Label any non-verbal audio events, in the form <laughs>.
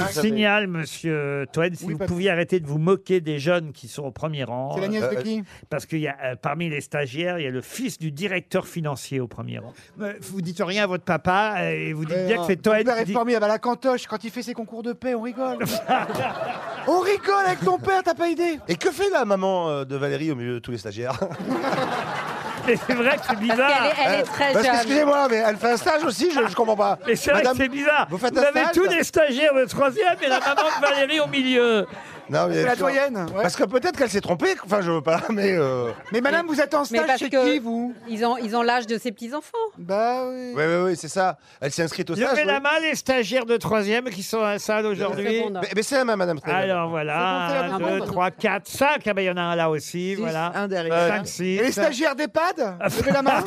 Ah, savez. signale, monsieur Toen, si Oui, vous parce- pouviez arrêter de vous moquer des jeunes qui sont au premier rang. C'est la nièce de qui Parce qu'il y a, euh, parmi les stagiaires, il y a le fils du directeur financier au premier rang. Mais Vous dites rien à votre papa euh, et vous dites bien que c'est Toen Ton père qui est dit... formidable à la cantoche. Quand il fait ses concours de paix, on rigole. on rigole avec ton père, t'as pas idée. Et que fait la maman euh, de Valérie au milieu de tous les stagiaires Mais c'est vrai <laughs> que c'est bizarre. qu'elle est- elle est très Parce que, jeune. Excusez-moi, mais elle fait un stage aussi, je, je comprends pas. Mais c'est vrai que Madame, c'est bizarre. vous faites un avez stage tous les stagiaires de troisième et la maman de Valérie au milieu. Non, mais- C'est la doyenne. ouais. Parce que peut-être qu'elle s'est trompée, enfin je veux pas, <laughs> mais... euh, Mais madame, vous êtes en Mais stage parce chez que- qui, vous Ils ont ils ont l'âge de ses petits-enfants. Bah oui. Oui, oui, oui, c'est ça. Elle s'est inscrite au stage. Levez oui. la main les stagiaires de troisième qui sont à la salle aujourd'hui. hein. Seconde. Mais, mais c'est la même, madame. Steven. Alors voilà, C'est bon, c'est la 1, 2, bonne. 3, 4, 5. Ah ben il y en a un là aussi, voilà. un derrière. 5, 6. Et les stagiaires d'EHPAD Levez la main.